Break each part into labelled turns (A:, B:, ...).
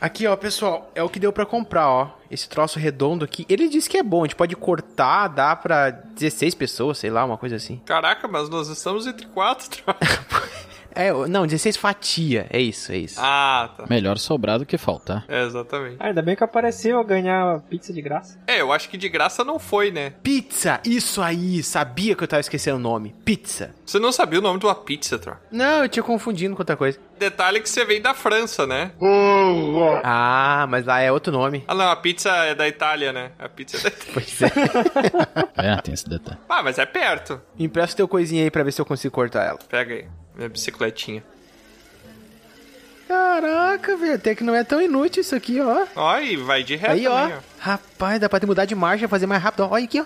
A: Aqui, ó, pessoal, é o que deu pra comprar, ó. Esse troço redondo aqui. Ele disse que é bom, a gente pode cortar, dá pra 16 pessoas, sei lá, uma coisa assim.
B: Caraca, mas nós estamos entre quatro. troca.
A: É, não, 16 fatia. É isso, é isso.
B: ah, tá.
C: Melhor sobrar do que faltar.
B: É, exatamente.
D: Ah, ainda bem que apareceu a ganhar pizza de graça.
B: É, eu acho que de graça não foi, né?
A: Pizza, isso aí, sabia que eu tava esquecendo o nome. Pizza.
B: Você não sabia o nome de uma pizza, troca.
A: Não, eu tinha confundido com outra coisa.
B: Detalhe que você veio da França, né?
A: Ah, mas lá é outro nome.
B: Ah, não, a pizza é da Itália, né? A pizza é da Itália.
A: Pois é.
C: É, tem esse detalhe.
B: Ah, mas é perto.
A: Empresta teu coisinha aí pra ver se eu consigo cortar ela.
B: Pega aí, minha bicicletinha.
A: Caraca, velho, até que não é tão inútil isso aqui, ó.
B: Ó, e vai de reta
A: Aí, É ó.
B: também,
A: Rapaz, dá pra te mudar de marcha, fazer mais rápido. ó. Olha aqui, ó.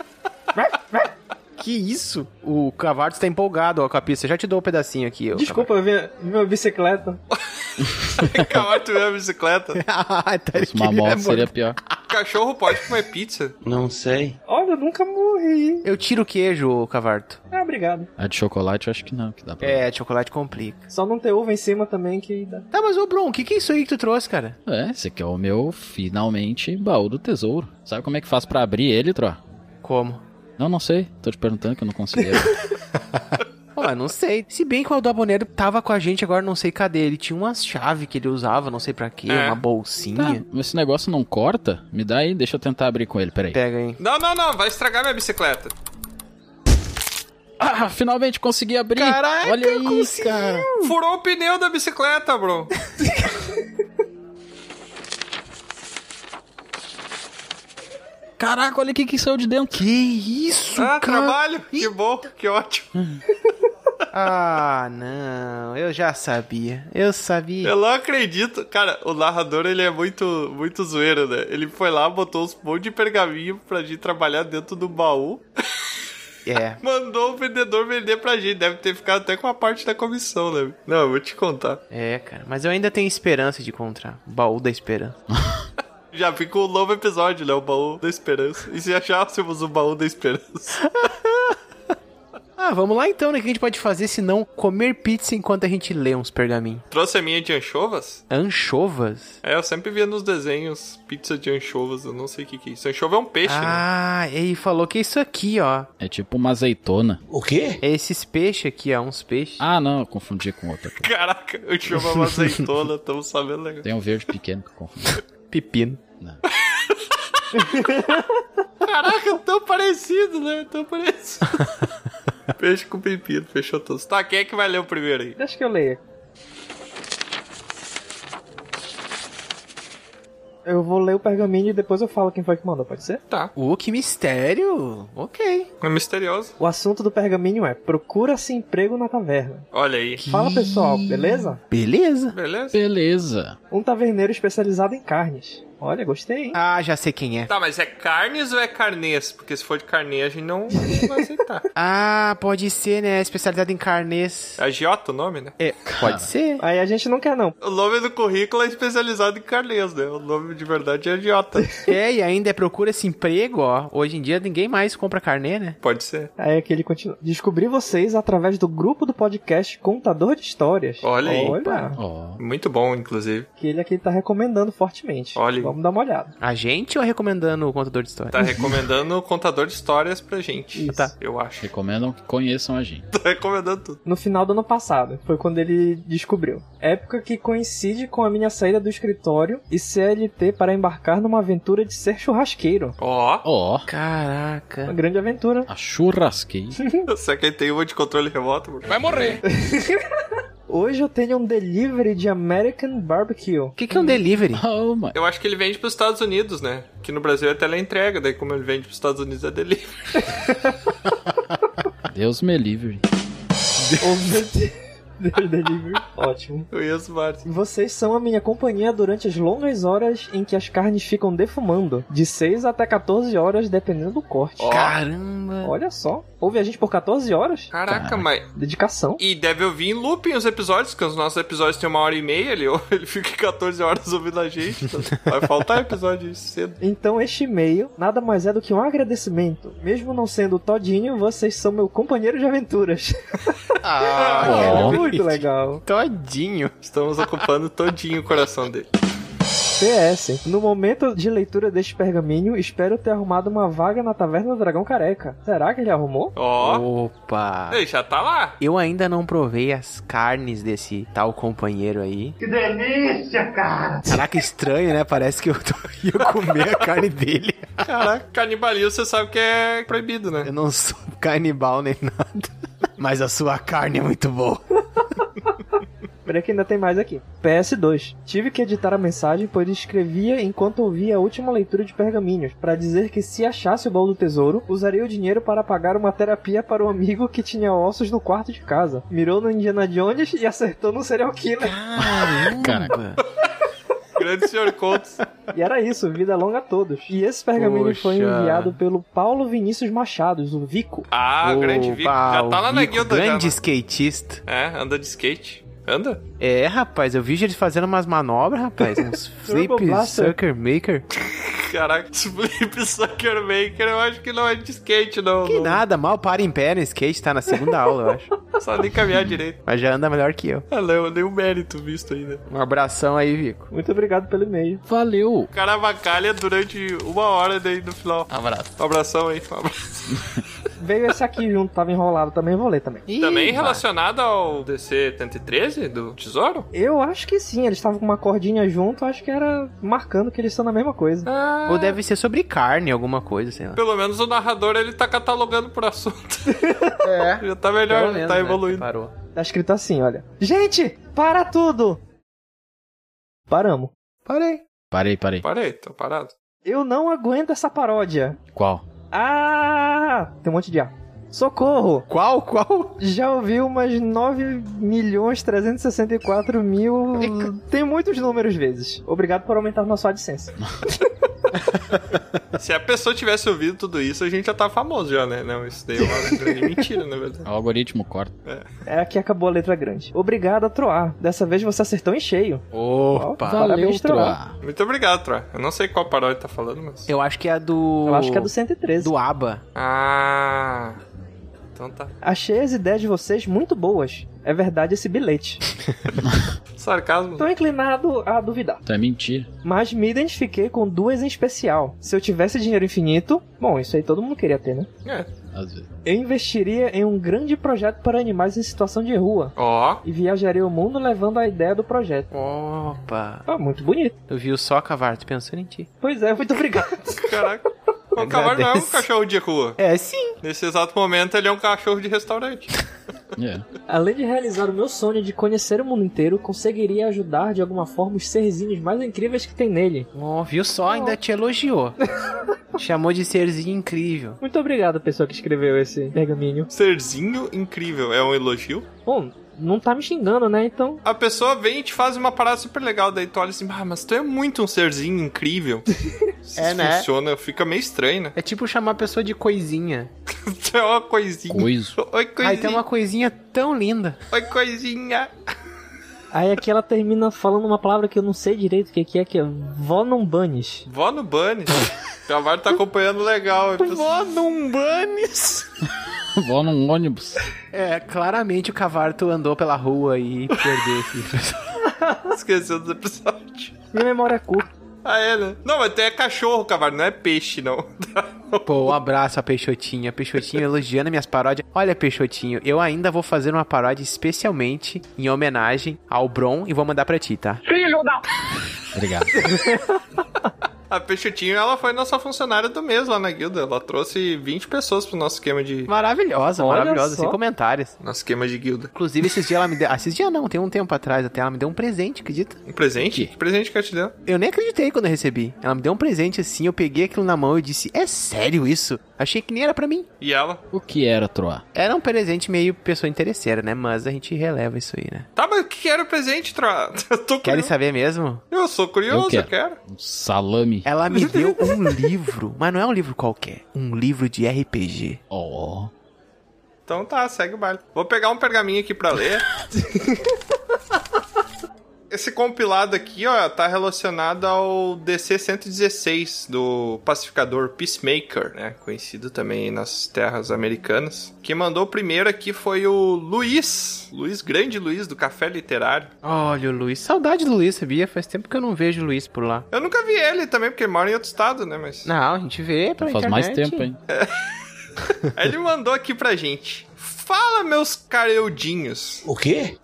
A: que isso? O Cavardo tá empolgado, ó, com a pista. Já te dou um pedacinho aqui, ó.
D: Desculpa, eu vi minha bicicleta.
B: ó. Cavalo, tu vê a bicicleta.
A: Ah, tá
C: Se uma moto seria pior.
B: Cachorro pode comer pizza.
E: Não sei.
D: Olha, eu nunca morri.
A: Eu tiro o queijo, ô, Cavarto.
D: Ah, obrigado.
C: A de chocolate eu acho que não, que dá pra.
A: É, chocolate complica.
D: Só não ter uva em cima também que dá.
A: Tá, mas ô, Bron, o que, que é isso aí que tu trouxe, cara?
C: É, esse aqui é o meu, finalmente, baú do tesouro. Sabe como é que faz pra abrir ele, Tro?
A: Como?
C: Não, não sei. Tô te perguntando que eu não consegui. abrir.
A: Ó, eu não sei. Se bem que o Aldo Aboneiro tava com a gente agora, não sei cadê. Ele tinha uma chave que ele usava, não sei pra quê,
B: É.
A: uma
C: tá,
A: bolsinha.
C: mas esse negócio não corta? Me dá aí, deixa eu tentar abrir com ele, peraí.
A: Pega aí.
B: Não, não, não, vai estragar minha bicicleta.
C: Ah, finalmente consegui abrir!
A: Caraca,
C: Olha aí, cara!
B: Furou o pneu da bicicleta, bro.
C: Caraca, olha o que que saiu de dentro.
A: Que isso,
B: Ah,
A: cara?
B: trabalho. Que bom, que ótimo.
A: Ah, não. Eu já sabia. Eu sabia.
B: Eu não acredito. Cara, o narrador, ele é muito, muito zoeiro, né? Ele foi lá, botou uns monte de pergaminho pra gente trabalhar dentro do baú.
A: É.
B: Mandou o vendedor vender pra gente. Deve ter ficado até com a parte da comissão, né? Não, eu vou te contar.
A: É, cara. Mas eu ainda tenho esperança de encontrar. O Baú da esperança.
B: Já ficou um novo episódio, né? O baú da esperança. E se achássemos o baú da esperança?
A: Ah, vamos lá então, né? O que a gente pode fazer se não comer pizza enquanto a gente lê uns pergaminhos?
B: Trouxe a minha de anchovas?
A: Anchovas?
B: É, eu sempre via nos desenhos pizza de anchovas. Eu não sei o que, que é isso. Anchova é um peixe, né?
A: Ah, ele falou que é isso aqui, ó.
C: É tipo uma azeitona.
E: O quê?
A: É esses peixes aqui, ó. Uns peixes.
C: Ah, não, eu confundi com outra. coisa.
B: Caraca, anchova é uma azeitona. Tamo sabendo né? legal.
C: Tem um verde pequeno que eu confundi.
A: Pepino.
B: Caraca, tão parecido, né? Tão parecido. Peixe com pepino, fechou todos. Tá, quem é que vai ler o primeiro aí?
D: Deixa que eu leia. Eu vou ler o pergaminho e depois eu falo quem foi que mandou, pode ser?
B: Tá.
A: Uh, que mistério! Ok.
B: É misterioso.
D: O assunto do pergaminho é Procura-se emprego na taverna.
B: Olha aí.
D: Fala pessoal, beleza?
A: Beleza.
B: Beleza?
C: Beleza.
D: Um taverneiro especializado em carnes. Olha, gostei, hein?
A: Ah, já sei quem é.
B: Tá, mas é carnes ou é carnês? Porque se for de carnê, a gente não vai aceitar.
A: Ah, pode ser, né? Especializado em carnês.
B: É agiota o nome, né?
A: É, pode ser.
D: Aí a gente não quer não.
B: O nome do currículo é especializado em carnês, né? O nome de verdade é agiota.
A: É, e ainda é procura esse emprego, ó. Hoje em dia ninguém mais compra carnê, né?
B: Pode ser.
D: Aí aqui ele continua. Descobri vocês através do grupo do podcast Contador de Histórias.
B: Olha aí.
D: Olha,
C: Ó,
B: Muito bom, inclusive.
D: que ele aqui tá recomendando fortemente.
B: Olha aí.
D: Vamos dar uma olhada.
A: A gente ou recomendando o contador de história?
B: Tá recomendando o contador de histórias pra gente.
D: Isso.
B: Tá. Eu acho.
C: recomendam que conheçam a gente.
B: Tá recomendando tudo.
D: No final do ano passado, foi quando ele descobriu. Época que coincide com a minha saída do escritório e CLT para embarcar numa aventura de ser churrasqueiro.
B: Ó.
C: Ó,
D: Uma
A: Caraca.
D: grande aventura.
C: a churrasqueira.
B: Será que ele tem uma de controle remoto? Bruno?
D: Hoje eu tenho um delivery de American Barbecue.
A: O que, que é um delivery?
C: Oh, mano.
B: Eu acho que ele vende pros Estados Unidos, né? Que no Brasil é teleentrega, daí como ele vende pros Estados Unidos é delivery.
C: Deus me livre.
D: Ou de- delivery. Ótimo.
B: Eu ia zoar. assim.
D: Vocês são a minha companhia durante as longas horas em que as carnes ficam defumando, de 6 até 14 horas, dependendo do corte.
A: Caramba.
D: Olha só, ouve a gente por 14 horas?
A: Tá.
B: Caraca, mas.
D: Dedicação.
B: E deve ouvir em looping os episódios, porque os nossos episódios têm uma hora e meia, ele, ele fica 14 horas ouvindo a gente. então vai faltar episódio cedo.
D: Então este e-mail nada mais é do que um agradecimento. Mesmo não sendo todinho, vocês são meu companheiro de aventuras.
A: Ah,
C: cara,
D: muito legal.
A: Todinho.
B: Estamos ocupando todinho o coração dele.
D: PS. No momento de leitura deste pergaminho, espero ter arrumado uma vaga na Taverna do Dragão Careca. Será que ele arrumou?
B: Ó,
A: Opa!
B: ele já tá lá.
A: Eu ainda não provei as carnes desse tal companheiro aí.
E: Que delícia, cara!
A: Caraca, estranho, né? Parece que eu tô- ia comer a carne dele.
B: Caraca, canibalismo você sabe que é proibido, né?
A: Eu não sou canibal nem nada. Mas a sua carne é muito boa.
D: Peraí que ainda tem mais aqui. PS2. Tive que editar a mensagem, pois escrevia enquanto ouvia a última leitura de pergaminhos, para dizer que se achasse o baú do tesouro, usaria o dinheiro para pagar uma terapia para o amigo que tinha ossos no quarto de casa. Mirou no Indiana Jones e acertou no serial killer.
A: Caramba!
B: Grande senhor Contos.
D: E era isso, vida longa a todos. E esse pergaminho
A: Poxa.
D: foi enviado pelo Paulo Vinícius Machados, o Vico.
B: Ah, o grande
A: Opa,
B: Vico. Já tá
A: o
B: lá na
A: Vico,
B: guilda já,
A: Grande
B: né?
A: skatista.
B: É, anda de skate. Anda?
A: É, rapaz, eu vi eles fazendo umas manobras, rapaz. Uns flip
D: Blaster.
A: sucker maker.
B: Caraca, esse Flip Sucker Maker eu acho que não é de skate, não.
A: Que
B: não
A: nada, mal para em pé no skate, tá na segunda aula, eu acho.
B: Só nem caminhar direito.
A: Mas já anda melhor que eu.
B: Ah, não, nenhum mérito visto ainda.
A: Um abração aí, Vico.
D: Muito obrigado pelo e-mail.
C: Valeu!
B: O cara avacalha durante uma hora daí no final.
C: Abraço.
B: Um abração aí. um abraço.
D: Veio esse aqui junto, tava enrolado também, vou ler também.
B: Também
A: vai.
B: relacionado ao DC 113 do Tesouro?
D: Eu acho que sim, eles estavam com uma cordinha junto, acho que era marcando que eles estão na mesma coisa.
B: Ah,
A: Ou deve ser sobre carne, alguma coisa, sei lá.
B: Pelo menos o narrador ele tá catalogando por assunto. É. Já tá melhor, já
A: né?
B: tá evoluindo.
A: Parou.
D: Tá escrito assim, olha. Gente, para tudo! Paramos.
A: Parei.
C: Parei, parei.
B: Parei, tô parado.
D: Eu não aguento essa paródia.
C: Qual?
D: Ah! Tem um monte de A. Socorro!
A: Qual, qual?
D: Já ouvi umas 9 milhões 364 mil. Tem muitos números vezes. Obrigado por aumentar nosso AdSense.
B: Se a pessoa tivesse ouvido tudo isso, a gente já tá famoso já, né? Não, isso daí é uma grande mentira, na verdade.
C: O algoritmo corta.
D: É aqui acabou a letra grande. Obrigado a Troar. Dessa vez você acertou em cheio.
A: Opa.
D: Opa. Parabéns,
C: Troá.
B: Muito obrigado, Troa. Eu não sei qual paródia tá falando, mas.
A: Eu acho que é a do...
D: Eu acho que é do 113.
A: Do ABA.
B: Ah. Então tá.
D: Achei as ideias de vocês muito boas. É verdade esse bilhete.
B: Sarcasmo.
D: Tô inclinado a duvidar.
C: Então é mentira.
D: Mas me identifiquei com duas em especial. Se eu tivesse dinheiro infinito, bom, isso aí todo mundo queria ter, né?
B: É.
C: Às vezes.
D: Eu investiria em um grande projeto para animais em situação de rua.
B: Ó.
D: E viajaria o mundo levando a ideia do projeto.
A: Opa.
D: Ah, muito bonito.
A: Tu viu só, Cavarto, pensando em ti.
D: Pois é, muito obrigado.
B: Caraca. O cavalo não é um
A: Agradece.
B: cachorro de rua.
A: É, sim.
B: Nesse exato momento, ele é um cachorro de restaurante.
C: É.
D: Além de realizar o meu sonho de conhecer o mundo inteiro, conseguiria ajudar de alguma forma os serzinhos mais incríveis que tem nele.
A: Oh, viu só, ainda te elogiou. Chamou de serzinho incrível.
D: Muito obrigado, pessoa que escreveu esse pergaminho.
B: Serzinho incrível. É um elogio.
D: Bom, não tá me xingando, né? Então
B: A pessoa vem e te faz uma parada super legal. Daí tu olha assim, ah, mas tu é muito um serzinho incrível. Se
A: É,
B: isso
A: né?
B: funciona, fica meio estranho, né?
A: É tipo chamar a pessoa de coisinha.
B: Tu é uma coisinha.
C: Coiso.
B: Oi, coisinha.
A: Aí tem uma coisinha tão linda.
B: Oi, coisinha.
D: Aí aqui ela termina falando uma palavra que eu não sei direito o que que é, que é vó não banes.
B: Vó no Bunny. O Cavalo tá acompanhando legal.
A: Vó num banes.
C: Vou num ônibus.
A: É, claramente o Cavarto andou pela rua e perdeu esse...
B: Esqueceu do episódio.
D: Minha memória é curta.
B: Ah, é, né? Não, mas tu é cachorro, cavalo, não é peixe, não.
A: Pô, um abraço a Peixotinho. A Peixotinho elogiando minhas paródias. Olha, Peixotinho, eu ainda vou fazer uma paródia especialmente em homenagem ao Bron e vou mandar pra ti, tá?
C: Obrigado.
B: A Peixotinho, ela foi nossa funcionária do mês lá na guilda. Ela trouxe 20 pessoas pro nosso esquema de...
A: Maravilhosa,
D: Olha
A: maravilhosa,
D: só.
A: sem comentários.
B: Nosso esquema de guilda.
A: Inclusive, esses dias ela me deu. ah, Esses dias não, tem um tempo atrás até. Ela me deu um presente, acredita?
B: Um presente?
C: Que?
B: Que presente que eu te deu?
A: Eu nem acreditei quando eu recebi. Ela me deu um presente assim, eu peguei aquilo na mão e disse: É sério isso? Achei que nem era pra mim.
B: E ela?
C: O que era Troá?
A: Era um presente meio pessoa interesseira, né? Mas a gente releva isso aí, né?
B: Tá, mas o que era o presente, Troa? Eu tô
A: Querem
B: curioso.
A: saber mesmo?
B: Eu sou curioso, eu quero.
C: Eu quero. Um salame.
A: Ela me deu um livro, mas não é um livro qualquer, um livro de RPG.
C: Ó.
B: Então tá, segue o baile. Vou pegar um pergaminho aqui pra ler. Esse compilado aqui, ó, tá relacionado ao DC 116 do pacificador Peacemaker, né? Conhecido também nas terras americanas. Quem mandou o primeiro aqui foi o Luiz, Luiz Grande Luiz do Café Literário.
A: Olha o Luiz. Saudade do Luiz, sabia? Faz tempo que eu não vejo o Luiz por lá.
B: Eu nunca vi ele também, porque ele mora em outro estado, né? Mas
A: Não, a gente vê pela
C: Faz
A: internet.
C: mais tempo, hein?
B: Aí ele mandou aqui pra gente. Fala, meus careudinhos.
F: O quê?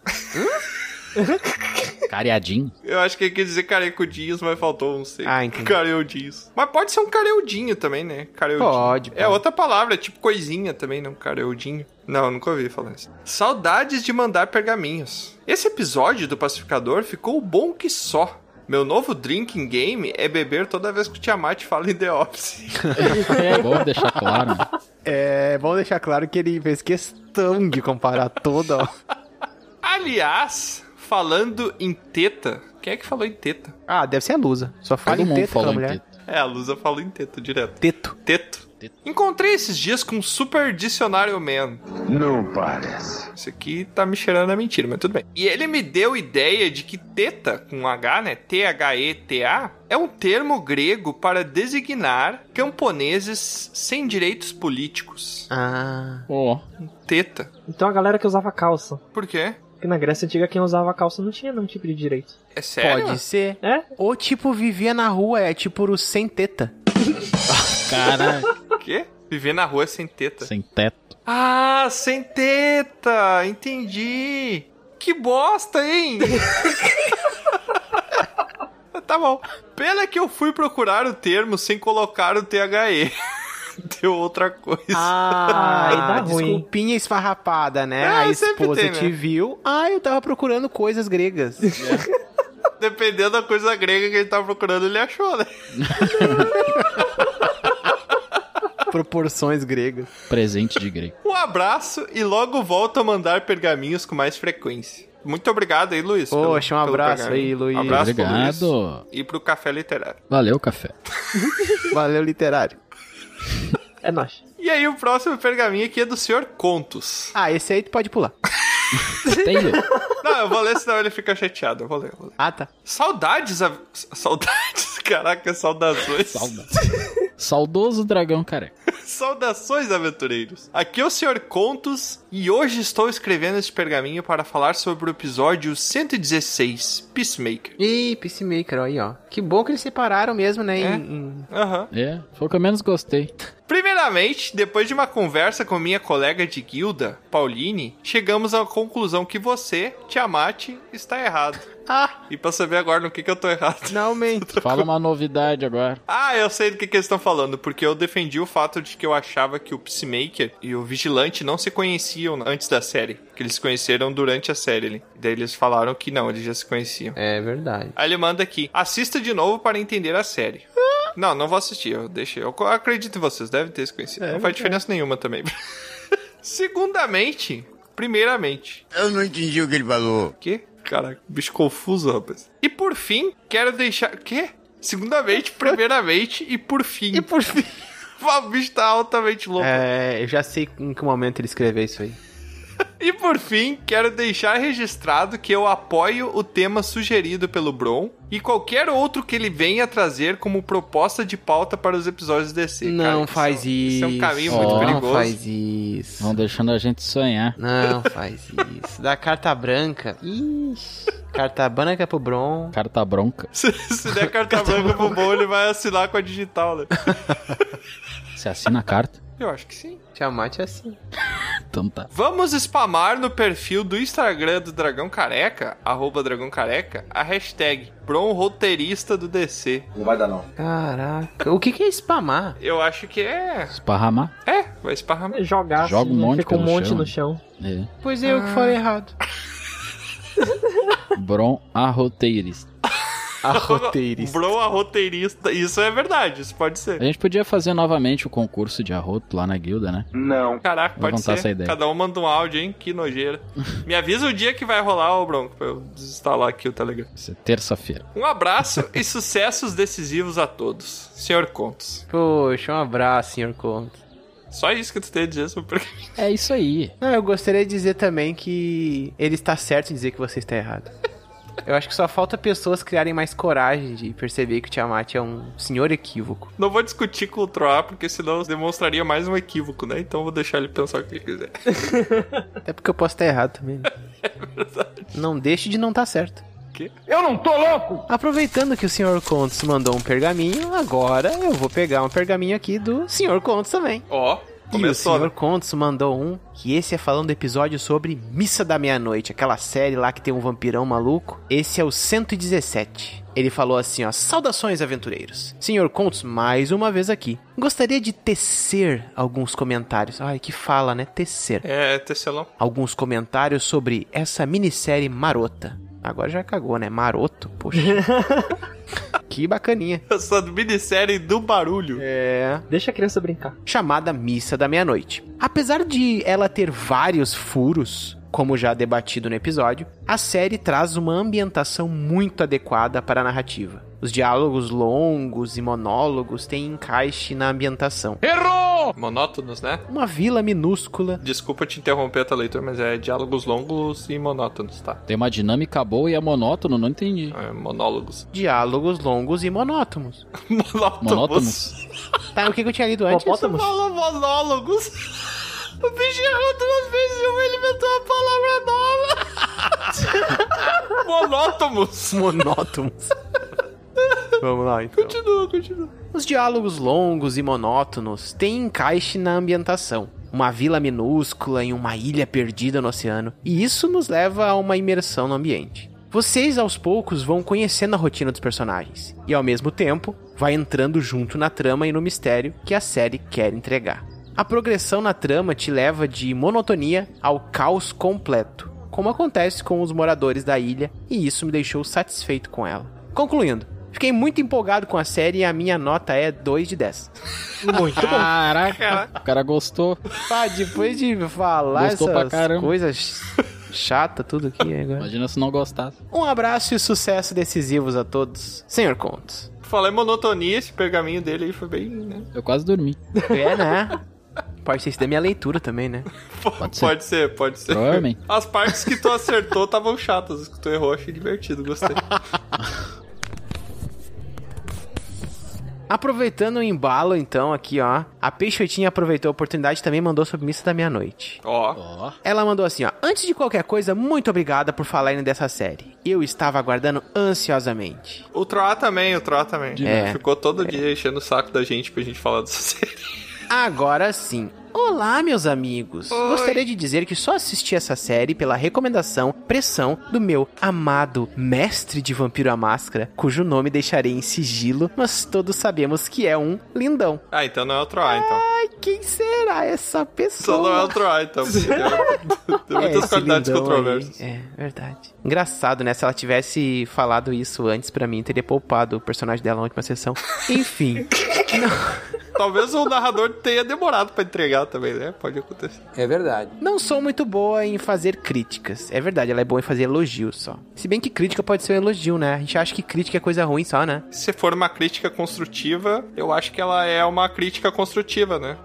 C: Cariadinho.
B: Eu acho que ele quer dizer carecudinhos, mas faltou um C.
A: Ah, entendi.
B: Careudinhos. Mas pode ser um careudinho também, né? Careudinho.
A: Pode,
B: É
A: pode.
B: outra palavra, é tipo coisinha também, não? Careudinho. Não, nunca ouvi falar isso. Saudades de mandar pergaminhos. Esse episódio do Pacificador ficou bom que só. Meu novo drinking game é beber toda vez que o Tiamat fala em The Office.
C: É bom deixar claro. né?
A: É bom deixar claro que ele fez questão de comparar toda.
B: Aliás, falando em teta. Quem é que falou em teta?
A: Ah, deve ser a Lusa. Só fala
C: Todo
A: em
C: mundo
A: teto aquela
C: falou em
A: mulher.
C: teto.
B: É, a Lusa falou em teta direto.
A: Teto.
B: Teto. Encontrei esses dias com um super dicionário man.
E: Não parece.
B: Isso aqui tá me cheirando a mentira, mas tudo bem. E ele me deu ideia de que teta, com H, né? T-H-E-T-A, é um termo grego para designar camponeses sem direitos políticos.
A: Ah.
C: Ó,
B: Teta.
D: Então a galera que usava calça.
B: Por quê?
D: Porque na Grécia Antiga quem usava calça não tinha nenhum tipo de direito.
B: É sério?
A: Pode ser.
D: É?
A: Ou tipo, vivia na rua, é tipo o sem teta.
C: caralho.
B: O quê? Viver na rua sem teta.
C: Sem teto.
B: Ah, sem teta! Entendi! Que bosta, hein? tá bom. Pena que eu fui procurar o termo sem colocar o THE. Deu outra coisa.
A: Ah,
D: Aí dá ruim.
A: desculpinha esfarrapada, né?
B: Ah,
A: a
B: sempre
A: esposa
B: tem, né?
A: te viu. Ah, eu tava procurando coisas gregas.
B: Dependendo da coisa grega que ele tava procurando, ele achou, né?
A: Proporções gregas.
C: Presente de grego.
B: Um abraço e logo volto a mandar pergaminhos com mais frequência. Muito obrigado aí, Luiz.
A: Poxa, um abraço
B: pergaminho.
A: aí, Luiz.
B: Abraço pro Luiz.
C: Obrigado.
B: E pro Café Literário.
C: Valeu, café.
A: Valeu, literário.
D: É nós.
B: E aí, o próximo pergaminho aqui é do senhor Contos.
A: Ah, esse aí tu pode pular.
C: Taylor.
B: Não, eu vou ler, senão ele fica chateado. Eu vou ler. eu vou ler.
A: Ah, tá.
B: Saudades, a... saudades, caraca, saudações.
C: Sauda. Saudoso dragão careca.
B: Saudações, aventureiros. Aqui é o Sr. Contos e hoje estou escrevendo este pergaminho para falar sobre o episódio 116, Peacemaker.
A: Ih, Peacemaker, aí, ó. Que bom que eles separaram mesmo, né?
B: É?
A: em- em-
B: Aham.
C: É, foi o que eu menos gostei.
B: Primeiramente, depois de uma conversa com minha colega de guilda, Pauline, chegamos à conclusão que você, Tiamat, está errado.
A: Ah,
B: E pra saber agora no que, que eu tô errado.
A: finalmente.
C: Fala uma novidade agora.
B: Ah, eu sei do que, que eles estão falando, porque eu defendi o fato de que eu achava que o Peacemaker e o Vigilante não se conheciam antes da série. Que eles se conheceram durante a série ali. Daí eles falaram que não, eles já se conheciam.
A: É verdade.
B: Aí ele manda aqui: assista de novo para entender a série. Ah. Não, não vou assistir, eu deixei. Eu co- acredito em vocês, devem ter se conhecido.
A: É,
B: não faz diferença nenhuma também. Segundamente, primeiramente,
G: Eu não entendi o que ele falou.
B: quê? Caraca, bicho confuso, rapaz. E por fim, quero deixar. Quê? Segundamente, primeiramente e por fim.
A: E por fim.
B: O bicho tá altamente louco.
A: É, eu já sei em que momento ele escreveu isso aí.
B: E por fim, quero deixar registrado que eu apoio o tema sugerido pelo Bron e qualquer outro que ele venha trazer como proposta de pauta para os episódios DC.
A: não
B: Cara,
A: faz
B: isso.
A: isso.
B: é um caminho
C: muito
A: Não
B: perigoso.
A: faz isso.
C: Vão deixando a gente sonhar.
A: Não faz isso. Da carta branca. Ixi. Carta branca pro Bron.
C: Carta bronca.
B: Se, se der
A: Tá
B: carta branca pro Bron, ele vai assinar com a digital, né?
C: Você assina a carta?
B: Eu acho que sim.
A: Tiamat é assim.
C: Então tá.
B: Vamos spamar no perfil do Instagram do Dragão Careca, arroba Dragão Careca, a hashtag Bron Roteirista do DC.
F: Não vai dar, não.
A: Caraca. O que, que é spamar?
B: Eu acho que é.
C: Esparramar?
B: É, vai esparramar.
D: Jogar
C: Joga um
D: assim,
C: monte
D: fica um
C: pelo
D: monte
C: chão.
D: no chão.
C: É.
A: Pois eu que falei errado.
C: Bron arroteirista.
A: A roteirista.
B: Bro a roteirista. Isso é verdade, isso pode ser.
C: A gente podia fazer novamente o concurso de arroto lá na guilda, né?
F: Não.
B: Caraca,
C: Vou
B: pode
C: levantar
B: ser.
C: essa ideia.
B: Cada um manda um áudio, hein? Que nojeira. Me avisa o dia que vai rolar, ô Bronco, pra eu desinstalar aqui o Telegram.
C: Isso é terça-feira.
B: Um abraço e sucessos decisivos a todos. Senhor Contos.
A: Poxa, um abraço, senhor Conto.
B: Só isso que tu tem a dizer sobre o pergaminho.
C: É isso aí.
A: Não, eu gostaria de dizer também que ele está certo em dizer que você está errado. Eu acho que só falta pessoas criarem mais coragem de perceber que o Tiamat é um senhor equívoco.
B: Não vou discutir com o Troá, porque senão demonstraria mais um equívoco, né? Então vou deixar ele pensar o que ele quiser.
A: Até porque eu posso estar errado também. né? Não deixe de não estar certo.
E: É Eu não tô louco!
A: Aproveitando que o Sr. Contos mandou um pergaminho, agora eu vou pegar um pergaminho aqui do Sr. Contos também.
B: Ó,
A: e
B: começou,
A: o Sr.
B: né?
A: Contos mandou um, que esse é falando do episódio sobre Missa da Meia-Noite, aquela série lá que tem um vampirão maluco. Esse é o 117. Ele falou assim, ó, saudações aventureiros. Sr. Contos, mais uma vez aqui. Gostaria de tecer alguns comentários. Ai, que fala, né? Tecer
B: É, tecelão.
A: alguns comentários sobre essa minissérie marota. Agora já cagou, né? Maroto, poxa. que bacaninha.
B: Essa minissérie do barulho.
A: É.
D: Deixa a criança brincar.
A: Chamada Missa da Meia-Noite. Apesar de ela ter vários furos, como já debatido no episódio, a série traz uma ambientação muito adequada para a narrativa. Os diálogos longos e monólogos têm encaixe na ambientação.
B: Monótonos, né?
A: Uma vila minúscula
B: Desculpa te interromper, tá, leitor, mas é diálogos longos e monótonos, tá?
C: Tem uma dinâmica boa e é monótono, não entendi.
B: É, monólogos.
A: diálogos longos e monótonos.
B: Monótonos.
C: Monótonos?
A: Tá, o que que eu tinha lido antes?
D: Hipopótamos?
B: Fala monólogos. O bicho errou duas vezes e uma ele inventou uma palavra nova. Monótomos.
A: monótonos. Vamos lá, então.
B: Continua, continua.
A: Os diálogos longos e monótonos têm encaixe na ambientação. Uma vila minúscula em uma ilha perdida no oceano, e isso nos leva a uma imersão no ambiente. Vocês aos poucos vão conhecendo a rotina dos personagens, e ao mesmo tempo vai entrando junto na trama e no mistério que a série quer entregar. A progressão na trama te leva de monotonia ao caos completo, como acontece com os moradores da ilha, e isso me deixou satisfeito com ela. Concluindo, fiquei muito empolgado com a série e a minha nota é 2 de 10.
D: Muito bom.
C: Caraca, o cara gostou.
A: Pá, depois de falar
C: Gostou pra
A: essas
C: caramba.
A: coisas chata tudo aqui agora.
C: Imagina se não gostasse.
A: Um abraço e sucesso decisivos a todos, senhor Contos.
B: Falei monotonia, esse pergaminho dele aí foi bem, né?
C: Eu quase dormi.
A: É, né? Pode ser isso da minha leitura também, né?
B: Pode
C: ser.
B: Pode ser, pode ser.
C: Provavelmente.
B: As partes que tu acertou estavam chatas, as que tu errou achei divertido, gostei.
A: Aproveitando o embalo, então, aqui, ó. A Peixotinha aproveitou a oportunidade e também mandou sobre Missa da Meia-Noite.
B: Ó,
C: Ó,
A: Ela mandou assim, ó. Antes de qualquer coisa, muito obrigada por falarem dessa série. Eu estava aguardando ansiosamente.
B: o Troá também, o Troá também.
A: É.
B: Ficou todo dia enchendo o saco da gente pra gente falar dessa série.
A: Agora sim. Olá, meus amigos. Gostaria de dizer que só assisti essa série pela recomendação, pressão do meu amado mestre de Vampiro à Máscara, cujo nome deixarei em sigilo, mas todos sabemos que é um lindão.
B: Ah, então não é o Troá, então.
A: Ai, quem será essa
B: Só não é o
A: pessoa?
B: Troá, então. porque Tem muitas
A: É, esse
B: qualidades
A: lindão aí.
B: controversas.
A: É, verdade. Engraçado, né? Se ela tivesse falado isso antes pra mim, teria poupado o personagem dela na última sessão. Enfim.
B: Talvez o narrador tenha demorado pra entregar também, né? Pode acontecer.
A: Não sou muito boa em fazer críticas. É verdade, ela é boa em fazer elogios só. Se bem que crítica pode ser um elogio, né? A gente acha que crítica é coisa ruim só, né?
B: Se for uma crítica construtiva, eu acho que ela é uma crítica construtiva, né?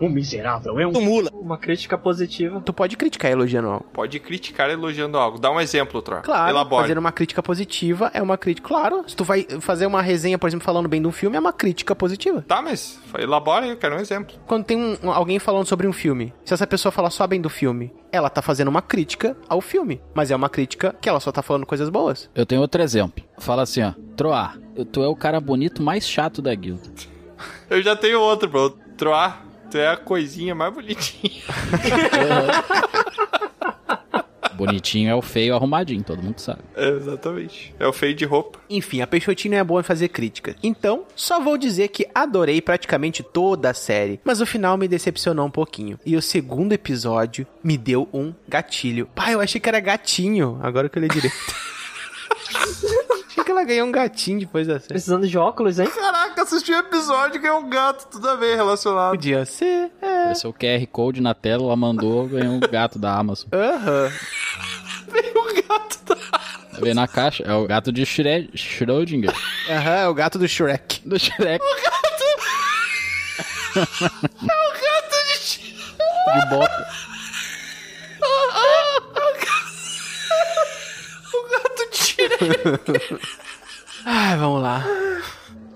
D: Uma crítica positiva.
A: Tu pode criticar elogiando algo.
B: Pode criticar elogiando algo. Dá um exemplo, Troá.
A: Claro,
B: Elabore.
A: fazer uma crítica positiva é uma crítica. Claro, se tu vai fazer uma resenha, por exemplo, falando bem de um filme, é uma crítica positiva.
B: Tá, mas elabore, eu quero um exemplo.
A: Quando tem um- um- alguém falando sobre um filme, se essa pessoa falar só bem do filme, ela tá fazendo uma crítica ao filme. Mas é uma crítica que ela só tá falando coisas boas.
C: eu tenho outro exemplo. Fala assim, ó. Troá, eu- tu é o cara bonito mais chato da guilda.
B: Eu já tenho outro, bro. Troar, tu é a coisinha mais bonitinha.
C: Bonitinho é o feio arrumadinho, todo mundo sabe.
B: É, exatamente. É o feio de roupa.
A: Enfim, a Peixotinho é boa em fazer críticas. Então, só vou dizer que adorei praticamente toda a série, mas o final me decepcionou um pouquinho. E o segundo episódio me deu um gatilho. Pai, eu achei que era gatinho, agora que eu li direito. achei que ela ganhou um gatinho depois da série.
D: Precisando de óculos, hein?
B: Caraca, assisti um episódio que é um gato, tudo a ver relacionado.
A: Podia ser, é.
C: Apareceu o QR Code na tela, ela mandou, ganhou um gato da Amazon.
A: Aham.
B: O gato tá...
C: Veio na caixa, é o gato de Shre Schrödinger.
A: Aham, é o gato do Shrek.
C: Do Shrek. O gato! é o gato de De bota.
B: O gato tira.
A: Ah, vamos lá.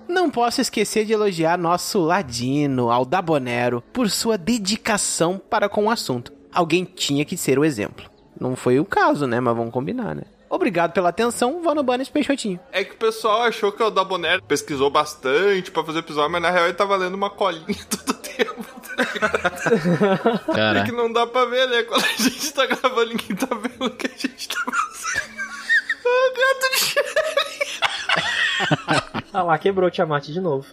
A: Não posso esquecer de elogiar nosso ladino, Aldabonero, por sua dedicação para com o assunto. Alguém tinha que ser o exemplo. Não foi o caso, né? Mas vamos combinar, né? Obrigado pela atenção, Vanobanes Peixotinho.
B: É que o pessoal achou que o Dabonero pesquisou bastante pra fazer o episódio, mas na real ele tava lendo uma colinha todo tempo. É que
C: Cara,
B: não dá pra ver, né? Quando a gente tá gravando, ninguém tá vendo o que a gente tá fazendo. O gato de Schrödinger.
D: Ah lá, quebrou o Tiamat de novo.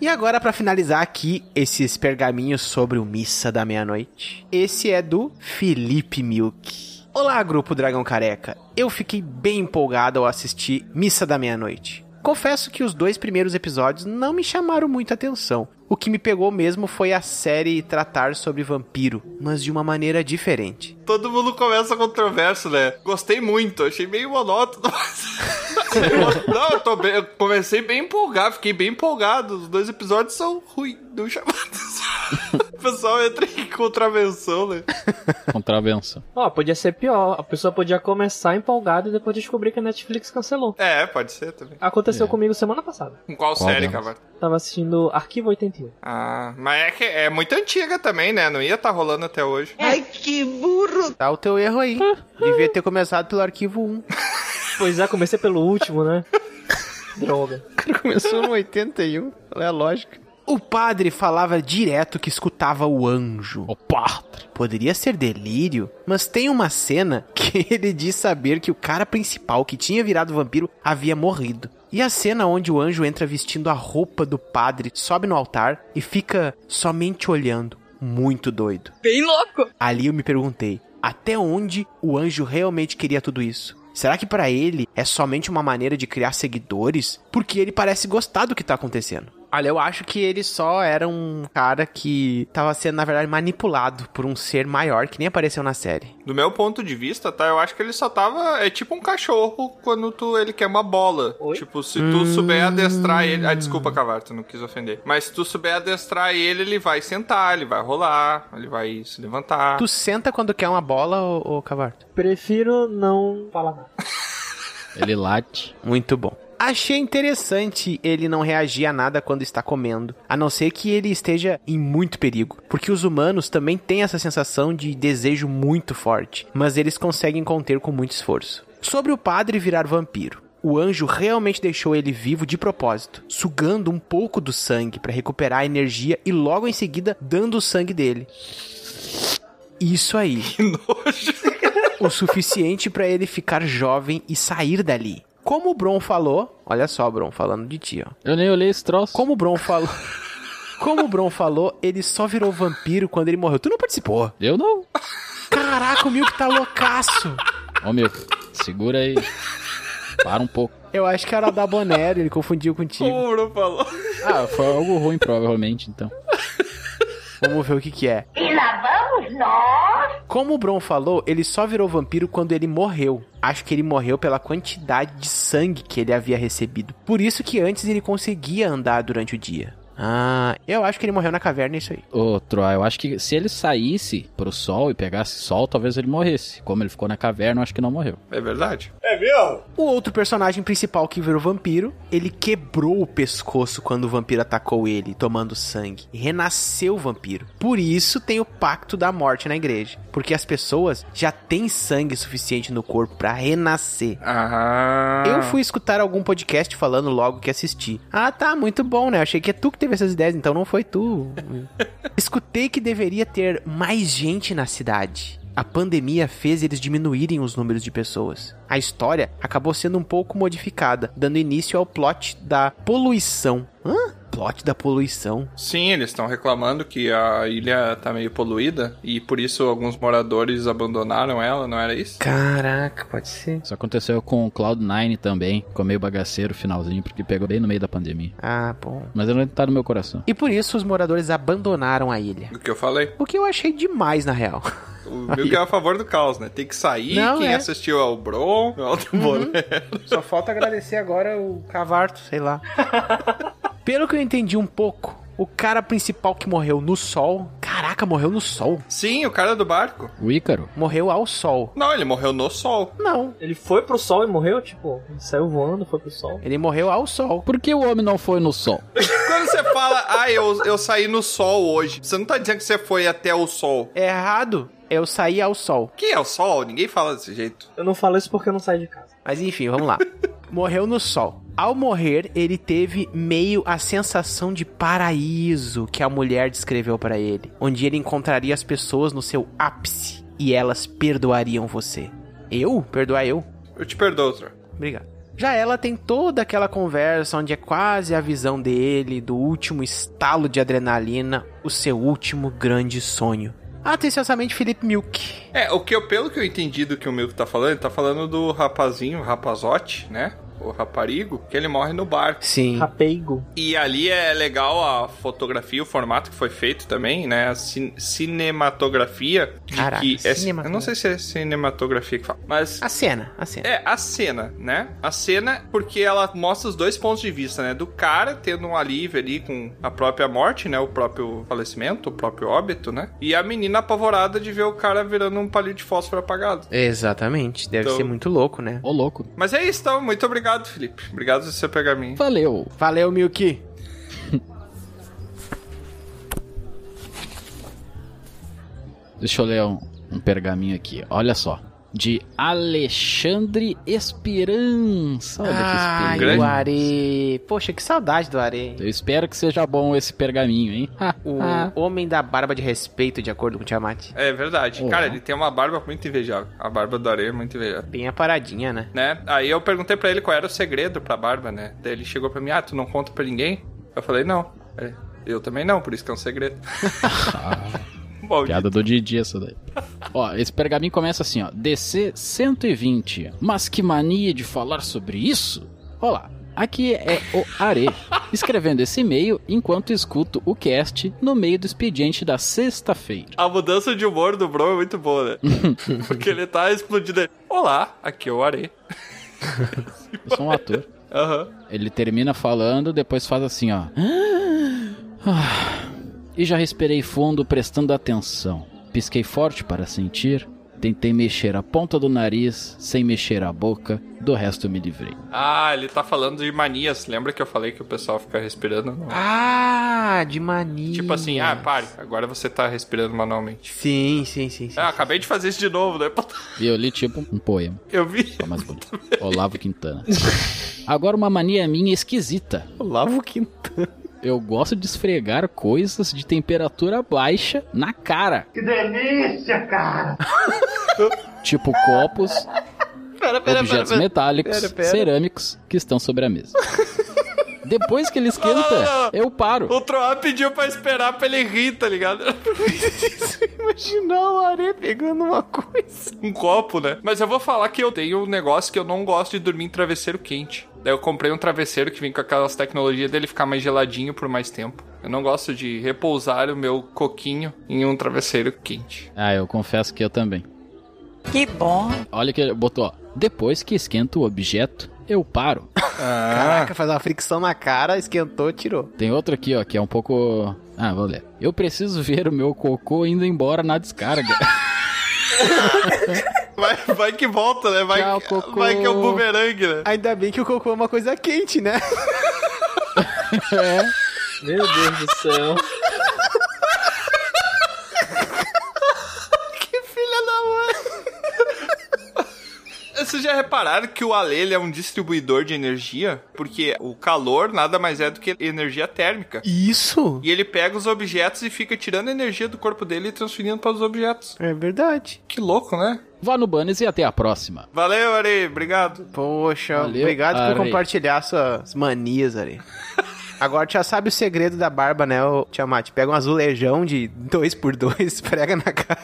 A: E agora, pra finalizar aqui esses pergaminhos sobre o Missa da Meia-Noite, esse é do Felipe Milk. Olá, grupo Dragão Careca. Eu fiquei bem empolgado ao assistir Missa da Meia-Noite. Confesso que os dois primeiros episódios não me chamaram muita atenção. O que me pegou mesmo foi a série tratar sobre vampiro, mas de uma maneira diferente.
B: Todo mundo começa controverso, né? Gostei muito, achei meio monótono. mas- não, eu, tô bem, eu comecei bem empolgado, fiquei bem empolgado. Os dois episódios são ruins, não chamados. O pessoal entra em contravenção, né?
C: contravenção.
D: Ó, podia ser pior. A pessoa podia começar empolgada e depois descobrir que a Netflix cancelou.
B: É, pode ser também.
D: Aconteceu
C: É.
D: comigo semana passada.
B: Com qual, série,
C: delas?
B: Cavalo?
D: Tava assistindo Arquivo 81.
B: Ah, mas é que é muito antiga também, né? Não ia tá rolando até hoje.
A: É. Tá o teu erro aí. Devia ter começado pelo arquivo 1.
D: Pois é, comecei pelo último, né? Droga.
A: Começou no 81, é a lógica. O padre falava direto que escutava o anjo.
C: O padre.
A: Poderia ser delírio, mas tem uma cena que ele diz saber que o cara principal que tinha virado vampiro havia morrido. E a cena onde o anjo entra vestindo a roupa do padre, sobe no altar e fica somente olhando, muito doido.
F: Bem louco.
A: Ali eu me perguntei, até onde o anjo realmente queria tudo isso? Será que pra ele é somente uma maneira de criar seguidores? Porque ele parece gostar do que tá acontecendo. Olha, eu acho que ele só era um cara que tava sendo, na verdade, manipulado por um ser maior que nem apareceu na série.
B: Do meu ponto de vista, tá? Eu acho que ele só tava. É tipo um cachorro quando tu, ele quer uma bola.
D: Oi?
B: Tipo, se tu souber adestrar ele. Ah, desculpa, Cavarto, não quis ofender. Mas se tu souber adestrar ele, ele vai sentar, ele vai rolar, ele vai se levantar.
A: Tu senta quando quer uma bola, ô, ô Cavarto?
D: Prefiro não falar nada.
C: Ele late.
A: Muito bom. Achei interessante ele não reagir a nada quando está comendo, a não ser que ele esteja em muito perigo, porque os humanos também têm essa sensação de desejo muito forte, mas eles conseguem conter com muito esforço. Sobre o padre virar vampiro. O anjo realmente deixou ele vivo de propósito, sugando um pouco do sangue para recuperar a energia e logo em seguida dando o sangue dele. Isso aí
B: Que nojo.
A: o suficiente pra ele ficar jovem e sair dali. Como o Bron falou, olha só, Bron falando de ti, ó.
C: Eu nem olhei esse troço.
A: Como o Bron falou, como o Bron falou, ele só virou vampiro quando ele morreu. Tu não participou?
C: Eu não.
A: Caraca, o Milk tá loucaço.
C: Ô, meu, segura aí. Para um pouco.
A: Eu acho que era da Bonero, ele confundiu contigo.
B: Como o Bruno falou.
C: Ah, foi algo ruim, provavelmente, então.
A: Vamos ver o que que é.
H: E lá vamos nós.
A: Como o Bron falou, ele só virou vampiro quando ele morreu. Acho que ele morreu pela quantidade de sangue que ele havia recebido. Por isso que antes ele conseguia andar durante o dia. Ah, eu acho que ele morreu na caverna, é isso aí.
C: Ô, Troy, eu acho que se ele saísse pro sol e pegasse sol, talvez ele morresse. Como ele ficou na caverna, eu acho que não morreu.
B: É verdade.
A: O outro personagem principal que virou vampiro, ele quebrou o pescoço quando o vampiro atacou ele, tomando sangue. E renasceu vampiro. Por isso tem o pacto da morte na igreja. Porque as pessoas já têm sangue suficiente no corpo pra renascer.
B: Ah.
A: Eu fui escutar algum podcast falando logo que assisti. Ah, tá, muito bom, né? Achei que é tu que teve essas ideias, então não foi tu. Escutei que deveria ter mais gente na cidade. A pandemia fez eles diminuírem os números de pessoas. A história acabou sendo um pouco modificada, dando início ao plot da poluição. Hã? Plot da poluição.
B: Sim, eles estão reclamando que a ilha tá meio poluída e por isso alguns moradores abandonaram ela, não era isso?
A: Caraca, pode ser.
C: Isso aconteceu com o Cloud9 também. Ficou meio bagaceiro o finalzinho, porque pegou bem no meio da pandemia.
A: Ah, bom.
C: Mas ele não tá no meu coração.
A: E por isso os moradores abandonaram a ilha.
B: Do que eu falei.
A: O que eu achei demais, na real.
B: O Milk é a favor do caos, né? Tem que sair.
A: Não,
B: Quem
A: é. Uhum.
B: assistiu ao Bron, ao Boné.
A: Só falta agradecer agora o Cavarto, sei lá. Pelo que eu entendi um pouco, o cara principal que morreu no sol. Caraca, Caraca, morreu no sol.
B: Sim, o cara do barco.
C: O Ícaro.
A: Morreu ao sol.
B: Não, ele morreu no sol.
A: Não,
D: Ele foi pro sol e morreu? Tipo, ele saiu voando, foi pro sol.
A: ele morreu ao sol.
C: Por que o homem não foi no sol?
B: Quando você fala, ah, eu, eu saí no sol hoje, você não tá dizendo que você foi até o sol.
A: É errado. Eu saí ao sol.
B: Que é o sol? Ninguém fala desse jeito.
D: Eu não falo isso porque eu não saio de casa.
A: Mas enfim, vamos lá. Morreu no sol. Ao morrer, ele teve meio a sensação de paraíso que a mulher descreveu pra ele, onde ele encontraria as pessoas no seu ápice e elas perdoariam você. Eu? Perdoar eu?
B: Eu te perdoo, Tro.
A: Obrigado. Já ela tem toda aquela conversa onde é quase a visão dele, do último estalo de adrenalina, o seu último grande sonho. Atenciosamente, Felipe Milk.
B: É, o que eu, pelo que eu entendi do que o Milton tá falando, ele tá falando do rapazinho, rapazote, né? O raparigo, que ele morre no barco.
A: Sim.
D: Rapeigo.
B: E ali é legal a fotografia, o formato que foi feito também, né? A cin- cinematografia. de
A: Caraca, Ah.
B: que é,
A: cinematografia.
B: Eu não sei se é cinematografia que fala, mas
A: A cena, a cena.
B: É, a cena, né? A cena, porque ela mostra os dois pontos de vista, né? Do cara tendo um alívio ali com a própria morte, né? O próprio falecimento, o próprio óbito, né? E a menina apavorada de ver o cara virando um palito de fósforo apagado.
A: Exatamente. Deve
B: Então-
A: ser muito louco, né?
C: Ô, louco.
B: Mas é isso, então. Muito obrigado, Felipe. Obrigado por você pegar mim.
C: Valeu.
A: Valeu, Milk.
C: Deixa eu ler um, um pergaminho aqui. Olha só. De Alexandre Esperança. Olha
A: Ai,
C: que
A: o
B: grande.
C: esperança.
A: Are. Poxa, que saudade do Are.
C: Eu espero que seja bom esse pergaminho, hein?
A: O homem da barba de respeito, de acordo com o Tiamat.
B: É verdade.
C: Olá.
B: Cara, ele tem uma barba muito invejável. A barba do areia é muito invejável.
A: Bem a paradinha, né?
B: Né? Aí eu perguntei pra ele qual era o segredo pra barba, né? Daí ele chegou pra mim, ah, tu não conta pra ninguém? Eu falei, não. Ele, Eu também não, por isso que é um segredo. Bom,
C: Piada do Didi essa daí. ó, esse pergaminho começa assim, ó. DC 120. Mas que mania de falar sobre isso? Olá, aqui é o Are, escrevendo esse e-mail enquanto escuto o cast no meio do expediente da sexta-feira.
B: A mudança de humor do Bro é muito boa, né? Porque ele tá explodindo. aí. Olá, aqui é o Are.
C: Eu sou um ator.
B: Aham.
C: Ele termina falando, depois faz assim, ó. Ah, E já respirei fundo, prestando atenção. Pisquei forte para sentir. Tentei mexer a ponta do nariz, sem mexer a boca. Do resto eu me livrei.
B: Ah, ele tá falando de manias. Lembra que eu falei que o pessoal fica respirando?
A: Ah, de mania.
B: Tipo assim, ah, pare, agora você tá respirando manualmente.
A: Sim, sim, sim. sim.
B: Ah, acabei de fazer isso de novo, né?
C: E eu li tipo um poema.
B: Eu vi.
C: Tá mais bonito. Olavo Quintana. Agora uma mania minha esquisita.
A: Olavo Quintana.
C: Eu gosto de esfregar coisas de temperatura baixa na cara.
E: Que delícia, cara!
C: Tipo copos,
A: Pera, pera, pera.
C: objetos
A: pera.
C: metálicos,
A: Pera, pera.
C: cerâmicos que estão sobre a mesa. Depois que
A: Ah!
C: ele esquenta, eu paro.
B: O Troá pediu pra esperar pra ele rir, tá ligado?
A: Imaginar o Are pegando uma coisa.
B: Um copo, né? Mas eu vou falar que eu tenho um negócio que eu não gosto de dormir em travesseiro quente. Daí eu comprei um travesseiro que vem com aquelas tecnologias dele ficar mais geladinho por mais tempo. Eu não gosto de repousar o meu coquinho em um travesseiro quente.
C: Ah, eu confesso que eu também.
F: Que bom.
C: Olha que ele botou, ó. Depois que esquenta o objeto, eu paro.
A: Caraca, faz uma fricção na cara, esquentou, tirou.
C: Tem outro aqui, ó, que é um pouco. Ah, vou ler. Eu preciso ver o meu cocô indo embora na descarga.
B: Vai, vai que volta, né? Vai,
C: Tchau, cocô.
B: vai que é um bumerangue, né?
A: Ainda bem que o cocô é uma coisa quente, né?
C: é.
D: Meu Deus do céu.
B: Vocês já repararam que o Ale ele é um distribuidor de energia? Porque o calor nada mais é do que energia térmica.
A: Isso?
B: E ele pega os objetos e fica tirando energia do corpo dele e transferindo para os objetos.
A: É verdade.
B: Que louco, né?
C: Vá no Bunnies e até a próxima.
B: Valeu, Ari. Obrigado.
A: Poxa,
C: Valeu,
A: obrigado por
C: Are.
A: compartilhar suas manias, Ari. Agora já sabe o segredo da barba, né, ô Tiamat? Pega um azulejão de 2 por 2 prega na cara.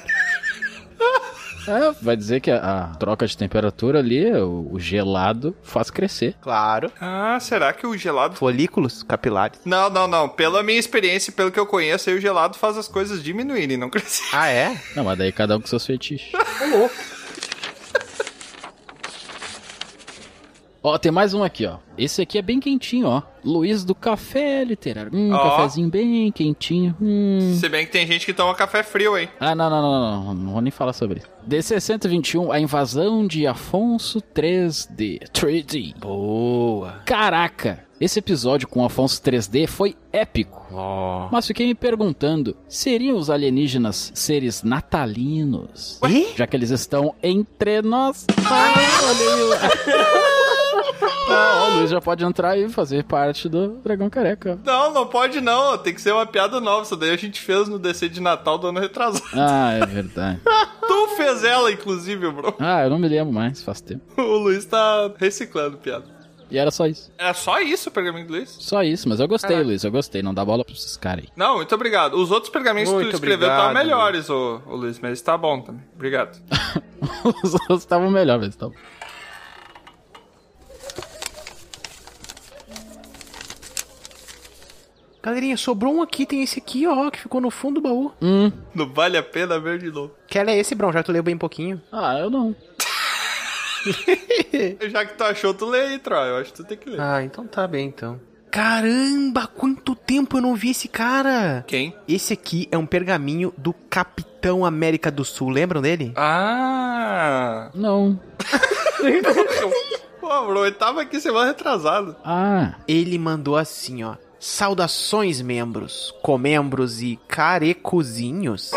A: Ah.
C: É, vai dizer que a, a troca de temperatura ali, o, o gelado, faz crescer.
A: Claro.
B: Ah, será que o gelado.
A: Folículos capilares.
B: Não, não, não. Pela minha experiência, e pelo que eu conheço, aí o gelado faz as coisas diminuírem, não crescer.
A: Ah, é?
C: Não, mas daí cada um com seus fetiches. Ó, tem mais um aqui, ó. Esse aqui é bem quentinho, ó. Luiz do Café Literário. Hum,
B: Ó.
C: cafezinho bem quentinho. Hum.
B: Se bem que tem gente que toma café frio, hein?
C: Ah, não, não, não, não, não, não vou nem falar sobre isso. DC-121, a invasão de Afonso 3D. 3D.
A: Boa.
C: Caraca! Esse episódio com Afonso 3D foi épico.
A: Ó.
C: Mas fiquei me perguntando, seriam os alienígenas seres natalinos?
A: Ih?
C: Já que eles estão entre nós. Ah, o Luiz já pode entrar e fazer parte do Dragão Careca.
B: Não, não pode não. Tem que ser uma piada nova. Isso daí a gente fez no DC de Natal do ano retrasado.
C: Ah, é verdade.
B: tu fez ela, inclusive, bro.
C: Ah, eu não me lembro mais, faz tempo.
B: O Luiz tá reciclando piada.
C: E era só isso.
B: Era só isso o pergaminho do Luiz?
C: Só isso, mas eu gostei,
B: Caraca.
C: Luiz, eu gostei. Não dá bola pra esses caras aí.
B: Não, muito obrigado. Os outros pergaminhos que
A: Muito
B: tu escreveu estavam
A: obrigado,
B: melhores, ô, ô Luiz, mas tá bom também. Obrigado.
C: Os outros estavam melhor, mas estavam.
A: Galerinha, sobrou um aqui, tem esse aqui, ó, que ficou no fundo do baú.
B: Não vale a pena ver de novo.
A: Que era Hum. esse, Brão, já tu leu bem pouquinho.
C: Ah, eu não.
B: Já que tu achou, tu lê aí, Troy. Eu acho que tu tem que ler.
A: Ah, então tá bem, então. Caramba, quanto tempo eu não vi esse cara!
B: Quem?
A: Esse aqui é um pergaminho do Capitão América do Sul, lembram dele?
B: Ah!
C: Não.
B: Pô, bro, ele tava aqui semana retrasada.
C: Ah,
A: Ele mandou assim, ó. Saudações, membros, comembros e carecozinhos.